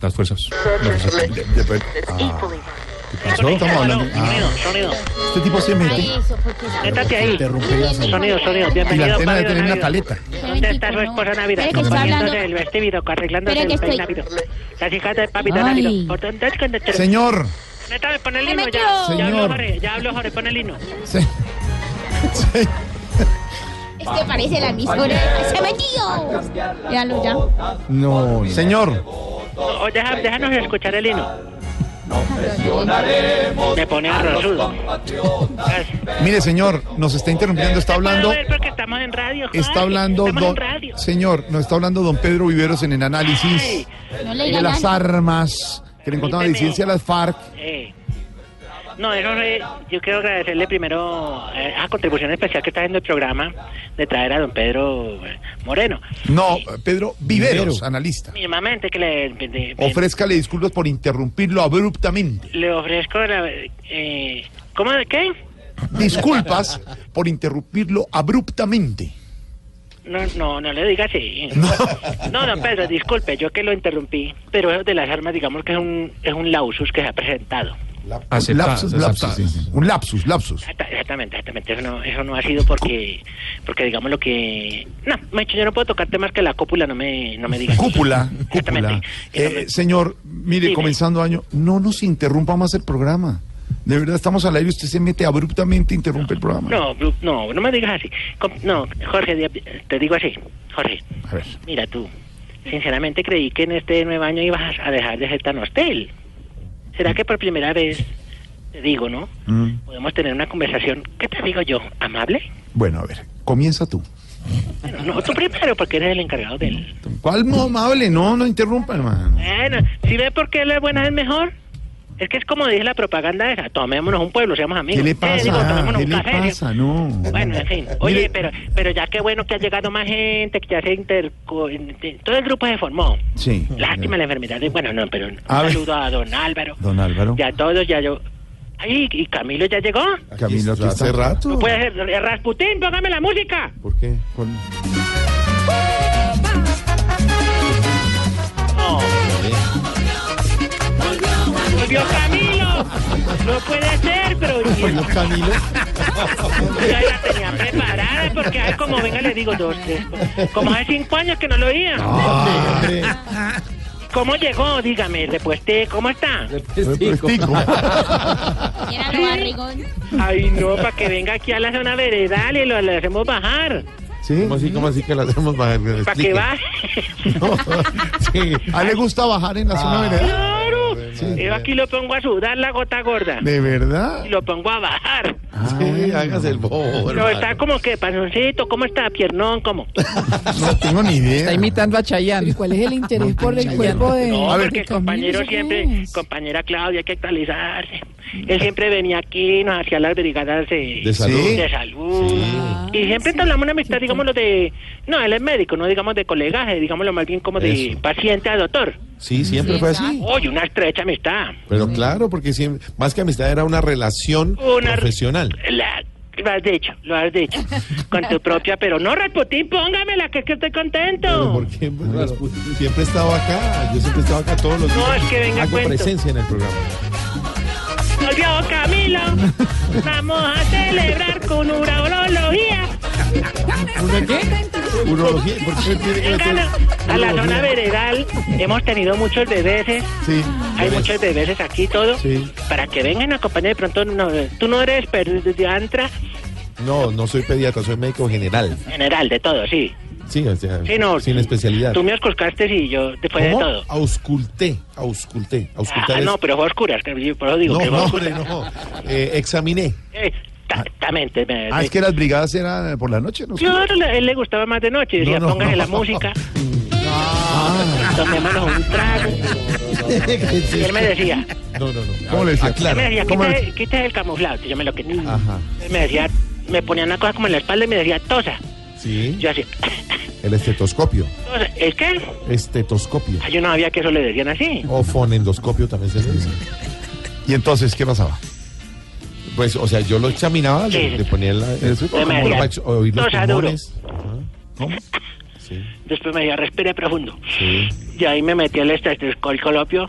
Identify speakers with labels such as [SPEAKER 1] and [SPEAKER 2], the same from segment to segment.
[SPEAKER 1] las fuerzas.
[SPEAKER 2] Las fuerzas
[SPEAKER 3] Sonido,
[SPEAKER 2] Estamos hablando-
[SPEAKER 3] sonido, sonido, sonido.
[SPEAKER 2] Este tipo se
[SPEAKER 4] Ahí,
[SPEAKER 2] mete
[SPEAKER 4] eso, porque es-
[SPEAKER 3] Métate ahí.
[SPEAKER 2] Interrumpe la salida.
[SPEAKER 3] Sonido, sonido.
[SPEAKER 2] y
[SPEAKER 3] Bienvenido
[SPEAKER 2] la
[SPEAKER 3] a
[SPEAKER 2] antena de
[SPEAKER 3] Barrio
[SPEAKER 2] tener una
[SPEAKER 3] Navido.
[SPEAKER 2] caleta.
[SPEAKER 3] ¿Dónde está su
[SPEAKER 4] Pero
[SPEAKER 3] esposa
[SPEAKER 4] que
[SPEAKER 3] Navidad?
[SPEAKER 4] está
[SPEAKER 3] Acompañándose
[SPEAKER 4] hablando-
[SPEAKER 3] del vestido, arreglándose
[SPEAKER 4] Pero que
[SPEAKER 3] el
[SPEAKER 4] estoy-
[SPEAKER 3] peinado. Las hijas de papito
[SPEAKER 4] Ay.
[SPEAKER 3] Navido. ¿Por dónde es que te- te-
[SPEAKER 2] Señor,
[SPEAKER 3] Métame, pon el
[SPEAKER 4] Me
[SPEAKER 3] himno ya.
[SPEAKER 4] metió.
[SPEAKER 3] Ya hablo,
[SPEAKER 2] Señor.
[SPEAKER 3] Jorge. Ya hablo, Jorge. Pon el himno.
[SPEAKER 2] se- se-
[SPEAKER 4] Es que parece la emisora. ¡Se metió! Ya lo ya.
[SPEAKER 2] no, señor,
[SPEAKER 3] O- o deja- déjanos escuchar el himno. Me pone arrozudo.
[SPEAKER 2] mire señor, nos está interrumpiendo, está hablando,
[SPEAKER 3] Porque estamos en radio. Jorge.
[SPEAKER 2] está hablando
[SPEAKER 3] Estamos
[SPEAKER 2] don,
[SPEAKER 3] en radio.
[SPEAKER 2] señor, nos está hablando don Pedro Viveros en el análisis
[SPEAKER 3] Ay,
[SPEAKER 4] No le
[SPEAKER 2] de
[SPEAKER 4] digan
[SPEAKER 2] las
[SPEAKER 4] nada.
[SPEAKER 2] armas que le encontraron la disidencia a las FARC.
[SPEAKER 3] eh. No, eso es- yo quiero agradecerle primero eh, a contribución especial que está haciendo el programa de traer a don Pedro eh, Moreno.
[SPEAKER 2] No, Pedro Viveros, analista.
[SPEAKER 3] Mínimamente que le, de- de-
[SPEAKER 2] Ofrézcale disculpas por interrumpirlo abruptamente.
[SPEAKER 3] le ofrezco la... Eh, ¿Cómo de qué?
[SPEAKER 2] Disculpas por interrumpirlo abruptamente.
[SPEAKER 3] No, no, no le diga así. No, don Pedro, disculpe, yo que lo interrumpí, pero eso de las armas, digamos que es un, es un lausus que se ha presentado.
[SPEAKER 1] Acepta-
[SPEAKER 2] Lapsus, lapsus,
[SPEAKER 1] sí, sí, sí.
[SPEAKER 2] Un lapsus, lapsus.
[SPEAKER 3] Exacta- Exactamente, exactamente. Eso no, eso no ha sido porque, porque digamos lo que... No, me yo no puedo tocar temas que la cópula no me, no me diga.
[SPEAKER 2] Cúpula, cúpula.
[SPEAKER 3] Exactamente.
[SPEAKER 2] Eh, señor, mire,
[SPEAKER 3] Dime.
[SPEAKER 2] comenzando año, no nos interrumpa más el programa. De verdad, estamos al aire, usted se mete abruptamente e interrumpe el programa.
[SPEAKER 3] No, Bru- no, no me digas así. Com- No, Jorge, di- te digo así. Jorge,
[SPEAKER 2] A ver.
[SPEAKER 3] mira tú, sinceramente creí que en este nuevo año ibas a dejar de ser tan hostel. ¿Será que por primera vez, te digo, ¿no?
[SPEAKER 2] Mm.
[SPEAKER 3] Podemos tener una conversación, ¿qué te digo yo? ¿Amable?
[SPEAKER 2] Bueno, a ver, comienza tú.
[SPEAKER 3] Bueno, no, tú primero, porque eres el encargado del...
[SPEAKER 2] ¿Cuál no amable? No, no interrumpa, hermano.
[SPEAKER 3] Bueno, si ves por qué la buena es mejor? Es que es como dice la propaganda esa, tomémonos un pueblo, seamos amigos.
[SPEAKER 2] ¿Qué le
[SPEAKER 3] Eh, digo,
[SPEAKER 2] pasa?
[SPEAKER 3] tomémonos
[SPEAKER 2] ¿Qué
[SPEAKER 3] un
[SPEAKER 2] le
[SPEAKER 3] café, digo.
[SPEAKER 2] pasa? No.
[SPEAKER 3] Bueno, en fin. Oye,
[SPEAKER 2] Mire-
[SPEAKER 3] pero, pero ya qué bueno que ha llegado más gente, que ya se inter... Todo el grupo se formó.
[SPEAKER 2] Sí.
[SPEAKER 3] Lástima la enfermedad. de- Bueno, no, pero un
[SPEAKER 2] A ver.
[SPEAKER 3] saludo a don Álvaro.
[SPEAKER 2] Don Álvaro.
[SPEAKER 3] Y a todos, ya yo... Ay, ¿y Camilo ya llegó?
[SPEAKER 2] Camilo, aquí
[SPEAKER 5] hace
[SPEAKER 2] está.
[SPEAKER 5] rato.
[SPEAKER 3] No puede ser. eh, Rasputín, póngame la música.
[SPEAKER 5] ¿Por qué?
[SPEAKER 3] No. ¡Volvió Camilo! No puede ser, pero...
[SPEAKER 5] Camilo.
[SPEAKER 3] Ya la tenía preparada porque ay, como venga le digo dos, tres. Como hace cinco años que no lo oía. ¿Cómo llegó? Dígame, repueste, ¿cómo está?
[SPEAKER 2] Tico.
[SPEAKER 4] Era lo barrigón.
[SPEAKER 3] Ay, no, para que venga aquí a la zona veredal y lo, lo hacemos bajar.
[SPEAKER 2] ¿Sí?
[SPEAKER 5] ¿Cómo así, cómo así que la hacemos bajar? Que
[SPEAKER 3] Para que
[SPEAKER 5] explique.
[SPEAKER 3] baje.
[SPEAKER 5] Sí.
[SPEAKER 2] ¿A él le gusta bajar en la
[SPEAKER 3] Ah.
[SPEAKER 2] zona veredal?
[SPEAKER 3] Claro. Yo aquí lo pongo a sudar la gota gorda.
[SPEAKER 2] ¿De verdad?
[SPEAKER 3] Y lo pongo a bajar.
[SPEAKER 2] Ah,
[SPEAKER 5] Sí,
[SPEAKER 2] bueno.
[SPEAKER 5] hágase el bobo.
[SPEAKER 3] Pero
[SPEAKER 5] hermano.
[SPEAKER 3] está como que, panzoncito, ¿cómo está, piernón? ¿Cómo?
[SPEAKER 2] No tengo ni idea.
[SPEAKER 6] Está imitando a Chayanne.
[SPEAKER 7] ¿Y cuál es el interés por el cuerpo de.?
[SPEAKER 3] No,
[SPEAKER 2] A ver.
[SPEAKER 3] porque
[SPEAKER 7] de
[SPEAKER 3] el
[SPEAKER 7] Camilo,
[SPEAKER 3] compañero
[SPEAKER 7] ¿eso qué
[SPEAKER 3] siempre,
[SPEAKER 7] es?
[SPEAKER 3] compañera Claudia, hay que actualizarse. Él siempre venía aquí, nos hacía las brigadas de,
[SPEAKER 5] De salud.
[SPEAKER 2] Sí.
[SPEAKER 3] de salud.
[SPEAKER 7] Sí.
[SPEAKER 3] Y siempre
[SPEAKER 7] Ah, sí.
[SPEAKER 3] entablamos una amistad, digamos, lo de. No, él es médico, no digamos de colegaje, digámoslo más bien como de
[SPEAKER 5] Eso.
[SPEAKER 3] paciente a doctor.
[SPEAKER 5] Sí, siempre
[SPEAKER 7] Sí,
[SPEAKER 5] fue
[SPEAKER 7] exacto.
[SPEAKER 5] así.
[SPEAKER 3] Oye, una estrecha amistad.
[SPEAKER 5] Pero claro, porque siempre, más que amistad era una relación
[SPEAKER 3] Una-
[SPEAKER 5] profesional.
[SPEAKER 3] La- Lo has dicho, lo has dicho. Con tu propia, pero no, Rasputín, póngamela, que es que estoy
[SPEAKER 5] Pero
[SPEAKER 3] contento.
[SPEAKER 5] ¿por qué? Pues, claro, siempre he estado acá, yo siempre he estado acá todos los días.
[SPEAKER 3] No, es que venga,
[SPEAKER 5] Hago
[SPEAKER 3] cuento.
[SPEAKER 5] presencia en el programa.
[SPEAKER 3] Volvió Camilo. Vamos a celebrar con urología.
[SPEAKER 5] ¿Una qué? Urología. ¿Por qué tiene que meter
[SPEAKER 3] Cercano a la
[SPEAKER 5] urología?
[SPEAKER 3] zona veredal hemos tenido muchos bebeses.
[SPEAKER 2] Sí.
[SPEAKER 3] Hay muchos bebeses aquí, todo.
[SPEAKER 5] Sí.
[SPEAKER 3] Para que vengan a acompañar de pronto. no, tú no eres pediatra
[SPEAKER 5] No, no soy pediatra, soy médico general.
[SPEAKER 3] general, de todo, sí.
[SPEAKER 5] Sí, o sea,
[SPEAKER 3] Sí, no.
[SPEAKER 5] sin especialidad.
[SPEAKER 3] Tú me oscultaste y yo después Pues de
[SPEAKER 5] ¿Cómo?
[SPEAKER 3] todo.
[SPEAKER 5] Ausculté, ausculté, auscultar
[SPEAKER 3] Ah,
[SPEAKER 5] es-
[SPEAKER 3] no, pero fue a oscuras, que yo por eso digo
[SPEAKER 5] no,
[SPEAKER 3] que fue a
[SPEAKER 5] no, Ah. hombre,
[SPEAKER 3] oscuras.
[SPEAKER 5] no. Eh, examiné.
[SPEAKER 3] Eh, Exactamente. me-
[SPEAKER 2] Ah,
[SPEAKER 3] me-
[SPEAKER 2] es que las brigadas eran por la noche, ¿no?
[SPEAKER 3] Claro, le- a él le gustaba más de noche. Decía,
[SPEAKER 2] No, no,
[SPEAKER 3] póngale
[SPEAKER 2] no.
[SPEAKER 3] la música.
[SPEAKER 5] Ah.
[SPEAKER 3] Tomémonos un trago. Y él me decía,
[SPEAKER 5] No, no, no.
[SPEAKER 2] ¿Cómo le decía?
[SPEAKER 3] él me
[SPEAKER 5] Aclara.
[SPEAKER 3] decía,
[SPEAKER 2] ¿Cómo
[SPEAKER 3] quita,
[SPEAKER 2] le-
[SPEAKER 3] quita el camuflaje. Yo me lo quité.
[SPEAKER 5] Ajá.
[SPEAKER 3] Él me decía, me ponía una cosa como en la espalda y me decía, tosa.
[SPEAKER 5] Sí.
[SPEAKER 3] Yo así,
[SPEAKER 5] El estetoscopio.
[SPEAKER 3] tosa. ¿Es que?
[SPEAKER 5] Estetoscopio.
[SPEAKER 3] Yo no sabía que eso le decían así.
[SPEAKER 5] O fonendoscopio también se le dice.
[SPEAKER 2] Y entonces, ¿qué pasaba?
[SPEAKER 5] Pues, o sea, yo lo examinaba, le,
[SPEAKER 3] Sí.
[SPEAKER 5] le ponía la, eso,
[SPEAKER 3] Usted me
[SPEAKER 5] como
[SPEAKER 3] haría
[SPEAKER 5] para ex- oír los
[SPEAKER 3] tosa duro.
[SPEAKER 5] pulmones. Ah, ¿Cómo?
[SPEAKER 1] Sí.
[SPEAKER 3] Después me decía, respire profundo.
[SPEAKER 1] Sí.
[SPEAKER 3] Y ahí me metí este, el estetoscolopio.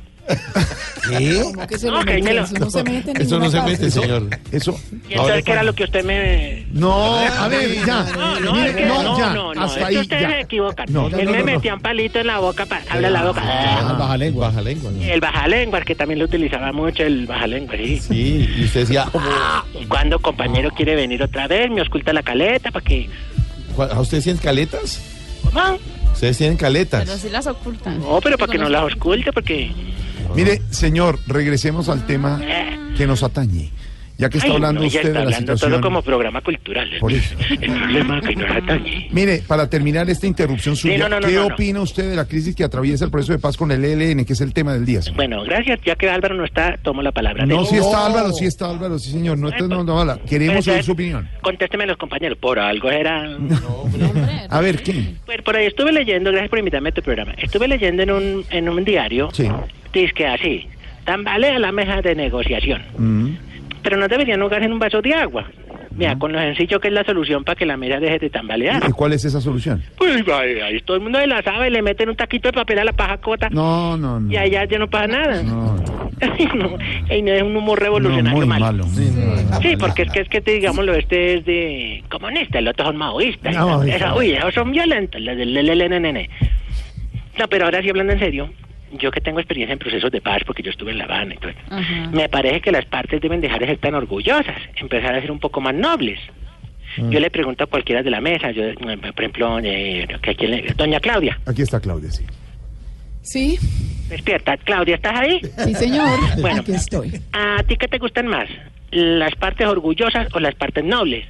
[SPEAKER 1] ¿Qué?
[SPEAKER 7] ¿Cómo que se
[SPEAKER 3] No,
[SPEAKER 7] lo
[SPEAKER 3] que
[SPEAKER 7] mete?
[SPEAKER 3] dímelo.
[SPEAKER 7] Eso no se mete en
[SPEAKER 1] Eso no
[SPEAKER 7] ninguna
[SPEAKER 1] se
[SPEAKER 7] parte.
[SPEAKER 1] mete, señor.
[SPEAKER 2] Eso.
[SPEAKER 3] ¿Y entonces qué era lo que usted me...?
[SPEAKER 2] No, a ver, ya.
[SPEAKER 3] No, no, es que- no,
[SPEAKER 2] ya,
[SPEAKER 3] no, no,
[SPEAKER 2] hasta
[SPEAKER 3] es que
[SPEAKER 2] ahí.
[SPEAKER 3] ustedes
[SPEAKER 2] ya.
[SPEAKER 3] se equivocan.
[SPEAKER 2] No, no,
[SPEAKER 3] Él
[SPEAKER 2] no,
[SPEAKER 3] me
[SPEAKER 2] no.
[SPEAKER 3] metía un palito en la boca para hablar la boca.
[SPEAKER 1] Ah, baja lengua. Baja lengua.
[SPEAKER 3] El bajalenguas, que también lo utilizaba mucho, el bajalenguas, sí.
[SPEAKER 1] Sí, y usted decía,
[SPEAKER 3] ¿Y cuando compañero quiere venir otra vez? Me oculta la caleta para que...
[SPEAKER 1] ¿a ustedes tienen caletas?
[SPEAKER 3] ¿Cómo?
[SPEAKER 1] Ustedes tienen
[SPEAKER 5] Pero
[SPEAKER 1] caletas.
[SPEAKER 5] si las ocultan.
[SPEAKER 3] No, pero para que no las oculte, porque...
[SPEAKER 2] Mire, señor, regresemos al tema
[SPEAKER 3] eh,
[SPEAKER 2] que nos atañe. Ya que está
[SPEAKER 3] Ay,
[SPEAKER 2] hablando
[SPEAKER 3] no, ella
[SPEAKER 2] usted
[SPEAKER 3] está
[SPEAKER 2] de la
[SPEAKER 3] hablando
[SPEAKER 2] situación.
[SPEAKER 3] todo como programa cultural.
[SPEAKER 2] Por eso.
[SPEAKER 3] El problema es que no la atañe.
[SPEAKER 2] Mire, para terminar esta interrupción suya,
[SPEAKER 3] no, no,
[SPEAKER 2] ¿qué
[SPEAKER 3] no, no.
[SPEAKER 2] opina usted de la crisis que atraviesa el proceso de paz con el ELN, que es el tema del día? señor?
[SPEAKER 3] Bueno, gracias. Ya que Álvaro no está, tomo la palabra.
[SPEAKER 2] No,
[SPEAKER 3] De-
[SPEAKER 2] si está Álvaro, si está Álvaro, sí señor, no está dando bala. Queremos
[SPEAKER 3] Pero,
[SPEAKER 2] oír su opinión.
[SPEAKER 3] Contésteme a los compañeros. Por algo era... Pues,
[SPEAKER 2] A ver, ¿qué?
[SPEAKER 3] Por, por ahí estuve leyendo, gracias por invitarme a tu programa. Estuve leyendo en un, en un diario,
[SPEAKER 2] Sí.
[SPEAKER 3] dice que así, tambalea la mesa de negociación,
[SPEAKER 2] Mm.
[SPEAKER 3] pero no deberían jugarse en un vaso de agua.
[SPEAKER 2] Ah.
[SPEAKER 3] Mira, con lo sencillo que es la solución para que la mesa deje de tambalear.
[SPEAKER 2] ¿Y cuál es esa solución?
[SPEAKER 3] Pues ahí, ahí todo el mundo se la sabe, le meten un taquito de papel a la paja cota
[SPEAKER 2] No, no, no.
[SPEAKER 3] y allá ya no pasa nada.
[SPEAKER 2] No, no,
[SPEAKER 3] Ay, no, ay, no, es un humor
[SPEAKER 2] no,
[SPEAKER 3] revolucionario
[SPEAKER 2] muy
[SPEAKER 3] malo.
[SPEAKER 2] malo. muy malo.
[SPEAKER 3] Sí, porque es que, es que te- digámoslo, este es de comunista, el otro son maoístas.
[SPEAKER 2] No,
[SPEAKER 3] Esa-
[SPEAKER 2] hija.
[SPEAKER 3] uy, esos son violentos, los del LLNN. No, pero ahora sí hablando en serio, yo que tengo experiencia en procesos de paz, porque yo estuve en La Habana y todo, eso, me parece que las partes deben dejar de ser tan orgullosas, empezar a ser un poco más nobles.
[SPEAKER 2] Mm.
[SPEAKER 3] Yo le pregunto a cualquiera de la mesa, yo, por ejemplo, eh, ¿a quién le- doña Claudia,
[SPEAKER 2] Aquí está Claudia, sí.
[SPEAKER 7] Sí,
[SPEAKER 3] despierta, Claudia, ¿estás ahí?
[SPEAKER 7] sí, señor.
[SPEAKER 3] Bueno.
[SPEAKER 7] Aquí estoy.
[SPEAKER 3] ¿A ti qué te gustan más? ¿Las partes orgullosas o las partes nobles?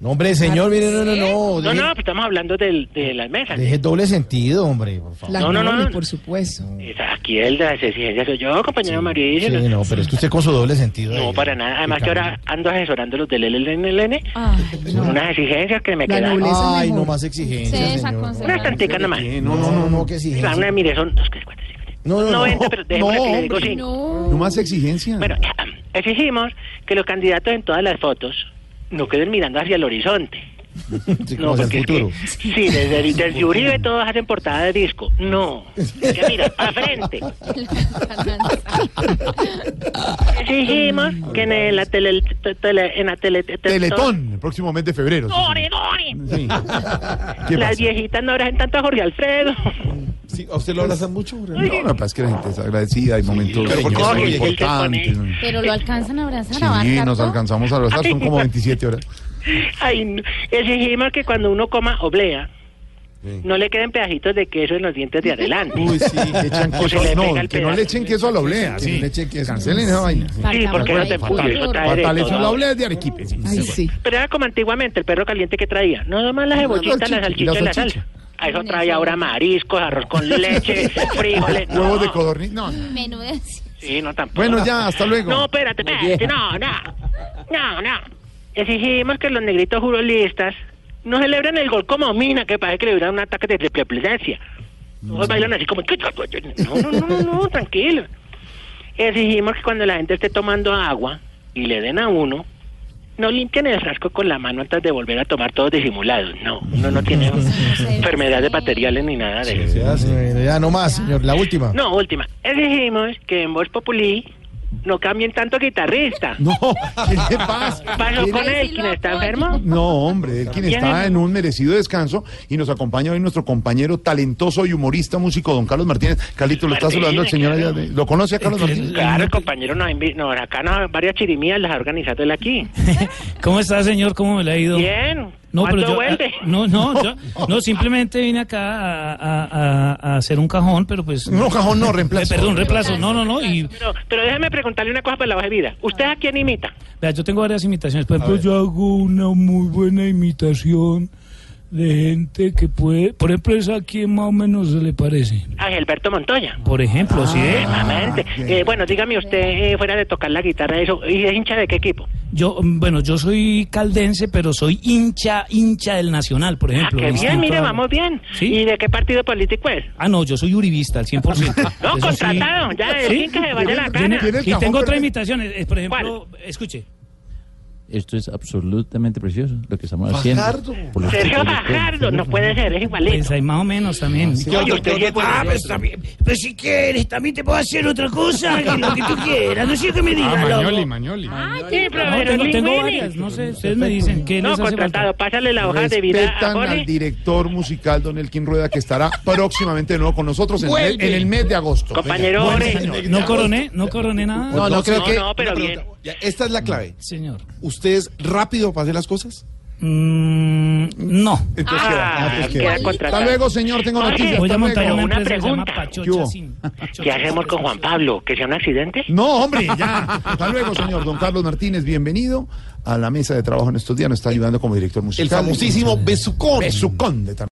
[SPEAKER 1] No, hombre, señor, mire, no, no, no.
[SPEAKER 3] No,
[SPEAKER 1] deje-
[SPEAKER 3] no, pues estamos hablando del-
[SPEAKER 1] Ah,
[SPEAKER 3] de las mesas.
[SPEAKER 1] Deje doble sentido, hombre, por favor.
[SPEAKER 7] La
[SPEAKER 3] No, no, no,
[SPEAKER 7] Noli,
[SPEAKER 3] no.
[SPEAKER 7] por supuesto.
[SPEAKER 3] Es Aquí el de las exigencias soy yo, compañero
[SPEAKER 1] Sí,
[SPEAKER 3] Mauricio. no,
[SPEAKER 1] no, pero es que usted con su doble sentido.
[SPEAKER 3] no,
[SPEAKER 1] eh,
[SPEAKER 3] para nada. Además,
[SPEAKER 1] que
[SPEAKER 3] que ahora ando asesorando los del LLNLN.
[SPEAKER 7] Ay, Ah, no.
[SPEAKER 3] Unas exigencias que me
[SPEAKER 7] La
[SPEAKER 3] quedan.
[SPEAKER 7] nobleza.
[SPEAKER 1] cambia. Ay,
[SPEAKER 7] mejor.
[SPEAKER 1] no más exigencia,
[SPEAKER 5] Se
[SPEAKER 1] señor.
[SPEAKER 5] desaconseja.
[SPEAKER 3] Unas tanticas nomás.
[SPEAKER 1] No, no, no, no, que
[SPEAKER 3] Claro,
[SPEAKER 1] exigencia.
[SPEAKER 3] una, mire, son dos, tres, cuatro, cinco, seis.
[SPEAKER 1] No, no, no.
[SPEAKER 3] 90, pero déjeme
[SPEAKER 1] No,
[SPEAKER 3] que le digo
[SPEAKER 1] hombre,
[SPEAKER 3] cinco.
[SPEAKER 5] No.
[SPEAKER 2] No más exigencia.
[SPEAKER 3] Bueno, exigimos que los candidatos en todas las fotos no queden mirando hacia el horizonte.
[SPEAKER 1] Sí, como
[SPEAKER 3] No,
[SPEAKER 1] hacia
[SPEAKER 3] porque
[SPEAKER 1] el
[SPEAKER 3] es que-
[SPEAKER 1] futuro.
[SPEAKER 3] sí, desde, el- desde Uribe todos hacen portada de disco. No. Es que mira, para frente. Exigimos que en el- la tele, tele- en la tele, te- te-
[SPEAKER 2] Teletón, el próximo mes de febrero. sí,
[SPEAKER 3] ¡Dore,
[SPEAKER 2] señor.
[SPEAKER 3] dore!
[SPEAKER 2] Sí. ¿Qué
[SPEAKER 3] Las
[SPEAKER 2] pasa?
[SPEAKER 3] viejitas no abrazan tanto a Jorge Alfredo.
[SPEAKER 1] Sí, ¿A usted lo abrazan mucho, hombre?
[SPEAKER 2] No, no, pero es que la gente es agradecida, hay momentos
[SPEAKER 1] pero porque
[SPEAKER 2] son
[SPEAKER 1] soy el que
[SPEAKER 2] importantes.
[SPEAKER 3] pone-
[SPEAKER 5] Pero lo alcanzan a abrazar a
[SPEAKER 2] Sí,
[SPEAKER 5] abarcar
[SPEAKER 2] nos
[SPEAKER 5] todo.
[SPEAKER 2] alcanzamos a abrazar, son como 27 horas.
[SPEAKER 3] Ay, no. exigimos que cuando uno coma oblea, no le queden pedacitos de queso en los dientes de adelante.
[SPEAKER 1] Uy, sí.
[SPEAKER 2] Que echan
[SPEAKER 3] O se
[SPEAKER 2] queso-
[SPEAKER 3] le
[SPEAKER 2] no,
[SPEAKER 3] pega el
[SPEAKER 2] que no
[SPEAKER 3] pedazo.
[SPEAKER 2] le echen queso a la oblea.
[SPEAKER 1] Que no
[SPEAKER 2] sí.
[SPEAKER 1] le echen queso.
[SPEAKER 2] Cancelen esa vaina. sí.
[SPEAKER 3] Sí, porque no te
[SPEAKER 5] Fatal,
[SPEAKER 3] pude, eso trae de
[SPEAKER 2] Fatal, eso
[SPEAKER 3] todo.
[SPEAKER 2] la oblea es de Arequipe. sí.
[SPEAKER 7] Ay, sí.
[SPEAKER 3] Pero era como antiguamente, el perro caliente que traía. Nada más las cebollitas,
[SPEAKER 2] salchicha,
[SPEAKER 3] la salchicha
[SPEAKER 2] y la
[SPEAKER 3] y la
[SPEAKER 2] salchicha.
[SPEAKER 3] salsa. A Ah, eso trae ahora mariscos, arroz con leche, frijoles. No.
[SPEAKER 2] Huevos de codorniz. No, no.
[SPEAKER 5] Menudencia.
[SPEAKER 3] Sí, no tampoco.
[SPEAKER 2] Bueno, ya, hasta luego.
[SPEAKER 3] No, espérate, espérate, no, no, no, no. Exigimos que los negritos jurolistas no celebren el gol como mina, que parece que le hubieran un ataque de tripleplicencia. Todos bailan así como... No, no, no, no, no, tranquilo. Exigimos que cuando la gente esté tomando agua y le den a uno, no limpien el frasco con la mano antes de volver a tomar todos disimulados. No, uno no tiene enfermedades materiales ni nada de eso.
[SPEAKER 1] Se hace. Bueno, ya, no más, señor. La última.
[SPEAKER 3] No, última. Exigimos que en Voz Populi no cambien tanto guitarrista.
[SPEAKER 2] No, ¿qué le pasa?
[SPEAKER 3] Pasó
[SPEAKER 2] ¿Qué le-
[SPEAKER 3] con
[SPEAKER 5] Ahí
[SPEAKER 3] él,
[SPEAKER 5] sí
[SPEAKER 3] quien
[SPEAKER 5] lo
[SPEAKER 3] está
[SPEAKER 5] apoyo.
[SPEAKER 3] enfermo.
[SPEAKER 2] No, hombre, él quien
[SPEAKER 3] ¿Quién
[SPEAKER 2] está
[SPEAKER 3] es?
[SPEAKER 2] en un merecido descanso y nos acompaña hoy nuestro compañero talentoso y humorista músico, don Carlos Martínez. Carlito, lo está
[SPEAKER 3] Martínez,
[SPEAKER 2] saludando el señor allá. de- ¿Lo conoce a Carlos Martínez?
[SPEAKER 3] Claro, el compañero nos invi- no, acá no, varias chirimías las ha organizado él aquí.
[SPEAKER 6] ¿Cómo está, señor? ¿Cómo me le ha ido?
[SPEAKER 3] Bien.
[SPEAKER 6] No,
[SPEAKER 3] ¿Cuándo
[SPEAKER 6] pero yo,
[SPEAKER 3] vuelve?
[SPEAKER 6] ah, no, no, yo- no, simplemente vine acá a, a- a- a hacer un cajón, pero pues...
[SPEAKER 2] No, cajón, no,
[SPEAKER 6] Eh,
[SPEAKER 2] reemplazo.
[SPEAKER 6] perdón, un reemplazo. No, no, no. Y,
[SPEAKER 3] Pero, pero déjeme preguntarle una cosa para la baja de vida. ¿Usted a quién imita?
[SPEAKER 6] vea, yo tengo varias imitaciones. Por ejemplo, yo hago una muy buena imitación de gente que puede... Por ejemplo, esa a quien más o menos se le parece.
[SPEAKER 3] A Gilberto Montoya.
[SPEAKER 6] Por ejemplo, sí. ¿eh?
[SPEAKER 3] Exactamente. Eh, bueno, dígame usted, eh, fuera de tocar la guitarra, eso, ¿y es hincha de qué equipo?
[SPEAKER 6] Yo, mm, bueno, yo soy caldense, pero soy hincha, hincha del Nacional, por
[SPEAKER 3] Ah,
[SPEAKER 6] ejemplo.
[SPEAKER 3] qué bien,
[SPEAKER 6] distinto
[SPEAKER 3] mire,
[SPEAKER 6] a-
[SPEAKER 3] vamos bien.
[SPEAKER 6] Sí.
[SPEAKER 3] ¿Y de qué partido político es?
[SPEAKER 6] Ah, no, yo soy uribista al 100%.
[SPEAKER 3] No,
[SPEAKER 6] Eso sí.
[SPEAKER 3] contratado, ya, el
[SPEAKER 6] Sí.
[SPEAKER 3] fin que se vaya la
[SPEAKER 2] Tiene-
[SPEAKER 3] gana.
[SPEAKER 2] tiene el
[SPEAKER 6] Y
[SPEAKER 2] cajón
[SPEAKER 6] tengo otra
[SPEAKER 2] perfecto.
[SPEAKER 6] imitación, eh, eh, por ejemplo, escuche.
[SPEAKER 8] Esto es absolutamente precioso, lo que estamos haciendo.
[SPEAKER 1] Fajardo.
[SPEAKER 8] Por los
[SPEAKER 3] Sergio
[SPEAKER 8] chicos de todo.
[SPEAKER 3] Fajardo, no puede ser, es
[SPEAKER 6] Pues
[SPEAKER 3] igualito.
[SPEAKER 6] ahí más o menos también.
[SPEAKER 3] Oye, usted sí es bueno.
[SPEAKER 9] Ah, pues también. Pero si quieres, también te puedo hacer otra
[SPEAKER 6] Ah,
[SPEAKER 9] cosa, que lo que tú quieras. No sé qué me digas, loco.
[SPEAKER 5] Mañoli.
[SPEAKER 3] Sí, pero
[SPEAKER 6] No, tengo,
[SPEAKER 3] Berlín
[SPEAKER 6] tengo
[SPEAKER 3] Willy.
[SPEAKER 6] varias, no sé, ustedes me dicen qué
[SPEAKER 3] No,
[SPEAKER 6] les hace
[SPEAKER 3] contratado,
[SPEAKER 6] falta.
[SPEAKER 3] pásale la hoja de vida a
[SPEAKER 2] Respetan al
[SPEAKER 3] Jorge.
[SPEAKER 2] director musical Don Elkin Rueda que estará próximamente de nuevo con nosotros en, el- en el mes de agosto.
[SPEAKER 3] Compañero, Jorge.
[SPEAKER 6] No coroné, no coroné nada.
[SPEAKER 1] No, no, creo
[SPEAKER 3] No,
[SPEAKER 1] que.
[SPEAKER 3] no, pero
[SPEAKER 1] una pregunta.
[SPEAKER 3] bien.
[SPEAKER 1] Ya, esta es la clave.
[SPEAKER 6] Señor.
[SPEAKER 1] ¿Usted es rápido para hacer las cosas?
[SPEAKER 6] Mm, no.
[SPEAKER 2] Entonces,
[SPEAKER 1] Ah,
[SPEAKER 3] Ah,
[SPEAKER 1] pues qué
[SPEAKER 3] queda
[SPEAKER 1] bueno.
[SPEAKER 3] contratado.
[SPEAKER 2] hasta luego, señor. Tengo
[SPEAKER 3] Jorge,
[SPEAKER 2] noticias.
[SPEAKER 6] Voy a
[SPEAKER 2] Hasta
[SPEAKER 6] montar
[SPEAKER 2] luego.
[SPEAKER 6] una
[SPEAKER 3] Una
[SPEAKER 6] empresa que se llama
[SPEAKER 3] pregunta.
[SPEAKER 2] ¿Qué hubo?
[SPEAKER 6] Pachocha Sin. Pachocha
[SPEAKER 3] ¿Qué hacemos
[SPEAKER 6] Sin
[SPEAKER 3] con Juan
[SPEAKER 6] Pachocha.
[SPEAKER 3] Pablo? ¿Que sea un accidente?
[SPEAKER 2] No, hombre, ya. Hasta luego, señor. Don Carlos Martínez, bienvenido a la mesa de trabajo en estos días. Nos está ayudando como director musical.
[SPEAKER 1] El famosísimo Besucón.
[SPEAKER 2] Besucón de Tar-